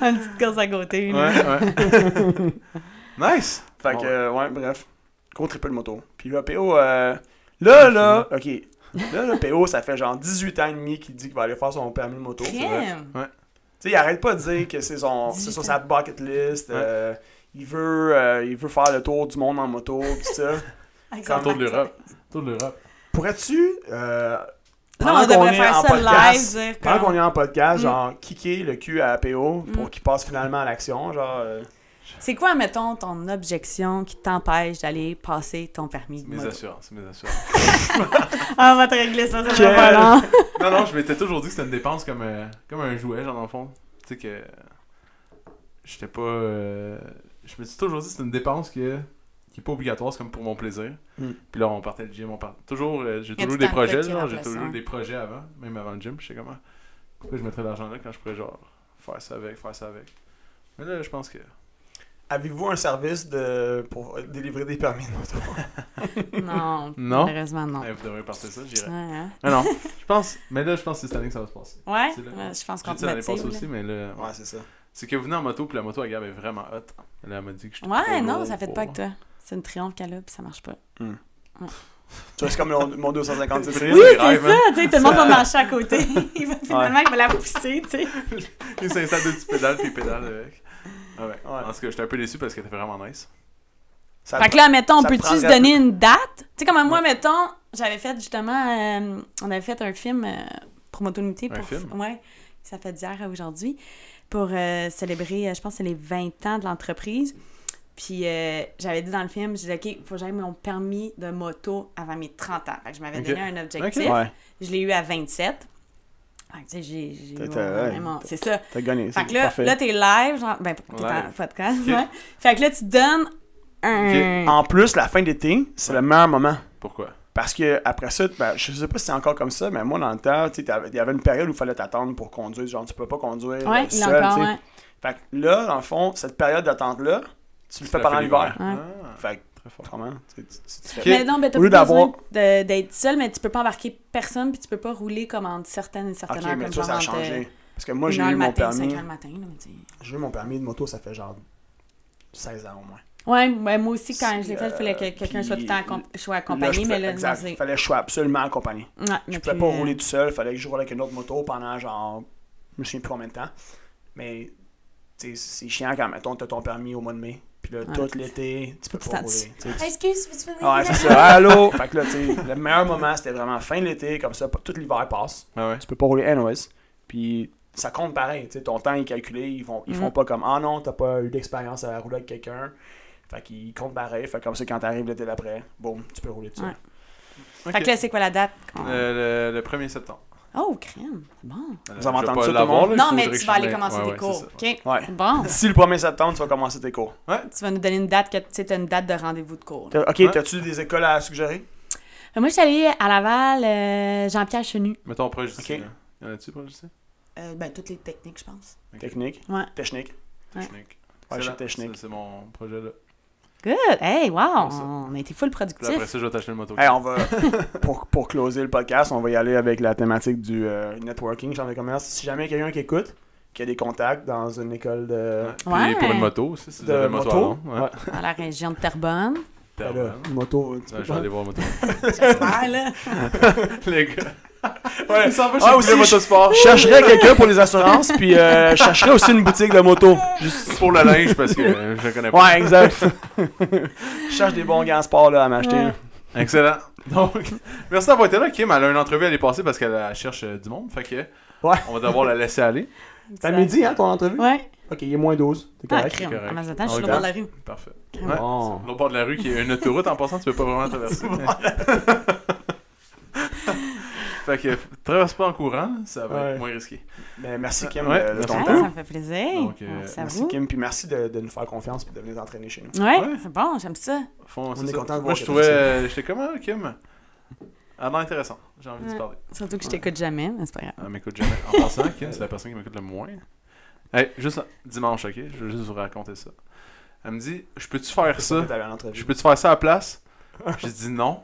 Une petite course à côté, Ouais, là. ouais. nice Fait Ouais. que, euh, ouais, bref. Gros triple moto. Puis là, PO, euh, là, là, ok. Là, là, PO, ça fait genre 18 ans et demi qu'il dit qu'il va aller faire son permis de moto. Tu Crème! sais, il arrête pas de dire que c'est son, c'est sur sa bucket list. Ouais. euh, il, veut, euh, il veut faire le tour du monde en moto, pis ça. C'est le tour de l'Europe. Tour de l'Europe. Pourrais-tu. Euh, Non, on pendant qu'on devrait est faire en ça podcast- live, dire Pendant comme- qu'on est en podcast, Mm. genre, kicker le cul à PO pour Mm. qu'il passe finalement à l'action, genre. euh, C'est quoi, mettons, ton objection qui t'empêche d'aller passer ton permis de Mes moto? assurances, mes assurances. Ah, on va te régler ça, ça Quel- va pas long. non, non, je m'étais toujours dit que c'était une dépense comme, euh, comme un jouet, genre, dans le fond. Tu sais que. euh, J'étais pas. euh, Je me suis toujours dit que c'était une dépense que, qui est pas obligatoire, c'est comme pour mon plaisir. Mm. Puis là, on partait le gym, on partait. Toujours, euh, j'ai Il y a toujours eu du des temps projets, de genre, j'ai après toujours ça. eu des projets avant, même avant le gym, je sais comment. ah, Pourquoi je mettrais de l'argent là quand je pourrais, genre, faire ça avec, faire ça avec. Mais là, je pense que. Avez-vous un service de pour délivrer des permis de moto? Non, Non. malheureusement, non. Eh, vous devriez partir ça, j'irais. Ouais, hein? Ah non, je pense. Mais là, je pense que c'est cette année que ça va se passer. Ouais, C'est là. ouais, je pense J'ai qu'on dit te ça l'année passée motive. aussi, mais là. Ouais, c'est ça. C'est que vous venez en moto, puis la moto à Gab est vraiment hot. Elle elle m'a dit que je là. Ouais, non, ça fait pas que toi. C'est une triomphe qu'elle a, puis ça marche pas. Tu vois, c'est comme mon, mon 250 cc. Oui, c'est grave, hein. tu sais, tout le monde va marcher à côté. Il va il va la pousser, tu sais. Il s'installe deux petits pédales, puis il pédale avec. Ah ouais. En tout cas, j'étais un peu déçu parce qu'elle était vraiment nice. Ça Fait que là, mettons, ça peux-tu prendrait se donner une date? Tu sais, comme moi, mettons, j'avais fait justement, euh, on avait fait un film euh, pour Motonité. Un Pour, film? Ouais, ça fait d'hier à aujourd'hui, pour euh, célébrer, euh, je pense, que c'est les 20 ans de l'entreprise. Puis euh, j'avais dit dans le film, je disais, OK, faut que j'aille mon permis de moto avant mes 30 ans. Fait que je m'avais Ok. donné un objectif. Ok. Ouais, Je l'ai eu à 27. Fait que tu sais, j'ai- j'ai eu T'as- mon- t'as- ouais, mon- C'est ça. t'as gagné. Fait c'est que là, parfait. là t'es live, genre, ben, t'es en Live. podcast, Ok. ouais. Fait que là, tu donnes un. En plus, la fin d'été, c'est le meilleur moment. Pourquoi Parce que après ça, ben, je sais pas si c'est encore comme ça, mais moi, dans le temps, tu sais, t'avais- il y avait une période où il fallait t'attendre pour conduire. Genre, tu peux pas conduire Ouais, euh, il seul. a encore, tu sais. ouais. Fait que là, dans le fond, cette période d'attente-là, tu le fais pendant l'hiver. Ah, Fait que, très fort. vraiment, tu, tu- tu- tu fais- Ok. Mais non, ben, t'as Au lieu plus besoin d'avoir- de- d'être seul, mais tu peux pas embarquer personne, puis tu peux pas rouler comme entre certaines et certaines Ok, heures, mais comme ça, ça a genre entre, euh, changé. Parce que moi, une j'ai heure eu le mon matin, cinq permis. heures le matin, là, mais tu J'ai eu mon permis de moto, ça fait genre 16 ans au moins. sais. Ouais, ben, moi aussi, quand C'est, je l'ai fait, il fallait que euh, quelqu'un puis- soit tout le temps accom- soit je accompagné, pouvais- mais là, non, exact. c'est. fallait que je sois absolument accompagné. Ouais, mais je pouvais puis, pas euh, rouler tout seul, fallait que je roule avec une autre moto pendant genre. Je me souviens plus combien de temps. Mais tu sais, c'est chiant quand, mettons, t'as ton permis au mois de mai. Puis là, Ouais. tout l'été, tu peux Tout pas le temps, rouler. tu sais, tu- Excuse, veux-tu venir? Ouais, c'est ça. Allô! fait que là, tu sais, le meilleur moment, c'était vraiment fin de l'été, comme ça, pas- tout l'hiver passe. Ah ouais. Tu peux pas rouler anyways. Puis ça compte pareil. tu sais, ton temps est calculé. Ils, vont, ils Mhm. font pas comme Ah non, t'as pas eu d'expérience à rouler avec quelqu'un. Fait qu'ils comptent pareil. Fait que comme ça, quand t'arrives l'été d'après, boum, tu peux rouler tout seul. Ouais. Fait que là, c'est quoi la date? qu'on- Euh, le, le 1er septembre. Oh, crème, c'est bon. Euh, Vous avez je vais entendu pas ça, tout le l'avoir, monde? là, il Non, faudrait mais que tu je vas aller mette- commencer ouais, tes ouais, cours, c'est ça. OK? Ouais. Bon. D'ici le 1er septembre, tu vas commencer tes cours. Tu vas nous donner une date, que tu sais, t'as une date de rendez-vous de cours. là. T'as- ok, Ouais. t'as-tu des écoles à suggérer Euh, Moi, je suis allée à Laval, euh, Jean-Pierre Chenu. Mettons proche d'ici. Ok. là. Y en a-tu proche d'ici Euh, ben, toutes les techniques, je pense. Ok. Technique. Ouais. Technique. Ouais. Technique. Ouais, je suis Excellent. technique. Ça, C'est mon projet là. Good! Hey, wow! ça. On a été full Puis après productif. ça, je vais t'acheter le moto. Hey, on va, pour, pour closer le podcast, on va y aller avec la thématique du euh, networking, chambre de commerce. Si jamais quelqu'un qui écoute, qui a des contacts dans une école de, Ouais. Puis Ouais. pour une moto aussi, si vous de avez une moto. à moto, Londres, ouais. ouais. Dans la région de Terrebonne. ben Terre, là, ouais. une moto, tu Ouais, je peux vais pas- aller voir moto. J'espère, là. Les gars. Ouais. Il s'en va Ah, chez aussi, Poulet Motosport. Je chercherais quelqu'un pour les assurances, puis euh, je chercherais aussi une boutique de moto. Juste- Pour le linge, parce que euh, je le connais pas. Ouais, exact. je cherche des bons gants sport là, à m'acheter. là. Excellent. Donc, merci d'avoir été là. Kim, elle a une entrevue à aller passer parce qu'elle elle cherche euh, du monde. Fait que Ouais. on va devoir la laisser aller. T'as midi, hein, ton entrevue? Ouais. Ok, il est moins 12. T'es Ah, correct? crime. correct. En même temps, je suis On au est bord de la rue. Parfait. Ouais. Crème. Bon. L'autre bord de la rue qui est une autoroute en passant, tu peux pas vraiment traverser. fait que traverse pas en courant, ça va Ouais. être moins risqué. Mais Ben, merci Kim Ouais, de, de ton merci. Ah, temps. ça me fait plaisir. Donc, euh, Merci à Merci vous. Kim, puis merci de, de nous faire confiance et de venir entraîner chez nous. Ouais, Ouais. c'est bon, j'aime ça. Fond, c'est est ça. content de Moi, voir je que trouvais. t'as euh, J'étais comment, Kim Ah non, intéressant. J'ai envie de Ouais. te parler. Ah, Surtout que je t'écoute jamais, mais c'est pas grave. Elle m'écoute jamais. En passant, Kim, c'est la personne qui m'écoute le moins. Hey, juste dimanche, ok? Je veux juste vous raconter ça. Elle me dit Je peux-tu faire ça T'avais une Je entrevue. peux-tu faire ça à la place J'ai dit non.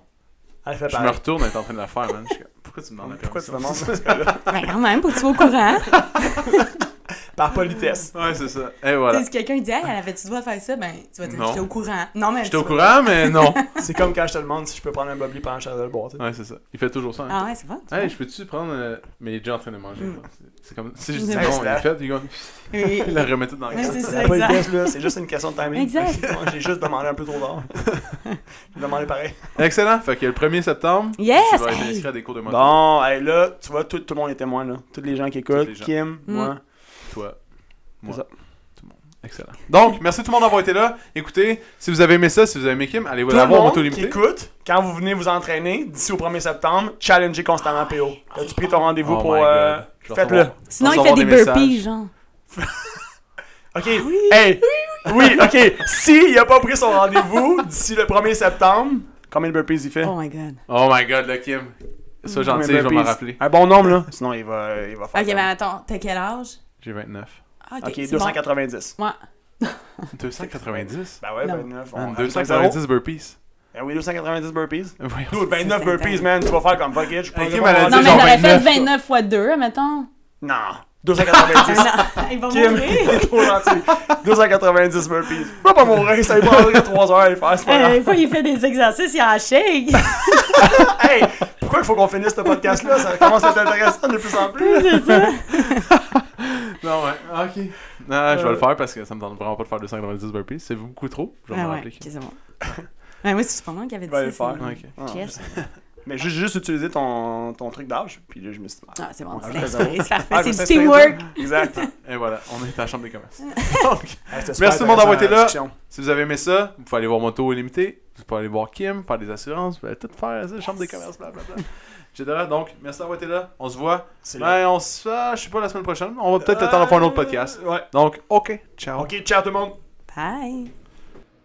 Elle fait Je me pareil. retourne, elle est en train de la faire, man. Je suis comme, Pourquoi tu me demandes la Pourquoi tu permission? demandes ce que là Ben, quand même, pour que tu sois au courant. Par politesse. Ouais, c'est ça. Et Tu voilà. sais, Si quelqu'un dit, hey, elle avait-tu le droit de faire ça? Ben, tu vas dire, Non. j'étais au courant. Non, mais. J'étais au tu vas- courant, mais non. C'est comme quand je te demande si je peux prendre un bubbly pendant que je suis en train de le boire. tu sais. Ouais, c'est ça. Il fait toujours ça. hein. Ah ouais, c'est vrai. c'est Hey, vrai. je peux-tu prendre. euh, Mais il est déjà en train de manger. Mm. genre. C'est- C'est comme. Si je dis C'est non, il vrai. fait, il, go- Et- il la remettait dans le Ouais, c'est gaz. ça, La exact. politesse, là, c'est juste une question de timing. Exact. Moi, J'ai juste demandé un peu trop tard. J'ai demandé pareil. Excellent. Fait que le 1er septembre, Yes! tu vas être hey! inscrit à des cours de moto. Bon, hey, là, tu vois, tout, tout le monde est témoin. Là. Tous les gens qui écoutent, les gens. Kim, Mm. moi. Toi, moi, ça. tout le monde. Excellent. Donc, merci tout le monde d'avoir été là. Écoutez, si vous avez aimé ça, si vous avez aimé Kim, allez Tout vous le la voir en monde moto qui limitée. écoute, quand vous venez vous entraîner, d'ici au 1er septembre, challengez constamment PO. Ah, As-tu pris ton rendez-vous Oh pour... my God. euh, Je vais Faites-le. recevoir- Sinon, il Recevoir fait des, des burpees, messages. genre. OK. Oui. Hey. Ah Oui, OK. S'il n'a pas pris son rendez-vous d'ici le 1er septembre, combien de burpees il fait? Oh my god. Oh my god, là, Kim. Sois Combien de gentil, je vais m'en Mm. burpees? rappeler. Un bon nombre, là. Sinon, il va, il va faire... Ok, mais attends, t'as quel âge? J'ai 29. Ah, ben, OK, c'est 290. bon. Ouais. 290 Ben ouais, Non. 29. on Man, rajoute un zéro. 290 burpees. Ben oui, 290 burpees. Voyons. Dude, 29 C'est burpees, intense. man. Tu vas faire comme fuck it, je prends Kim, le elle a dit bon Non, mais Ah, genre j'aurais fait 29, 29 fois 2, admettons. Non, 290. Ah, Ils vont Kim, il est trop gentil. 290 burpees. Va pas mourir, ça lui prendrait 3 heures à les faire, c'est pas grave. Des fois, il Euh, fait des exercices, il en shake. Hey, pourquoi il faut qu'on finisse ce podcast-là? Ça commence à être intéressant de plus en plus. c'est ça. Ah Non, ouais, Ah, ok. Non, Euh. je vais le faire parce que ça me tente vraiment pas de faire 290 burpees. C'est beaucoup trop. Je vais Ah m'en ouais, rappeler. ok, Kim. c'est bon. Ouais, moi, c'est super moi qui avait dit Va le ça. Ben, faire. Ok. c'est- Ah. Yes. Mais juste, juste utiliser ton, ton truc d'âge, puis là, je me suis dit, ah, Ah, c'est bon, Ah, c'est je fais ça. inspiré, c'est ah, parfait. je C'est me du suis teamwork. inspiré. Exact. Et voilà, on est à la chambre des commerces. Donc, Hey, c'était super Merci tout le monde d'avoir été là. intéressant, la discussion. si vous avez aimé ça, vous pouvez aller voir Moto Illimité, vous pouvez aller voir Kim, faire des assurances, vous pouvez tout faire, ça, chambre des commerces, blablabla. Etc. Donc, merci d'avoir été là. On se voit. C'est là. Euh, Ben, on se. ah, je sais pas la semaine prochaine. On va peut-être attendre pour un autre podcast. Ouais. Donc, ok. Ciao. Ok, ciao tout le monde. Bye.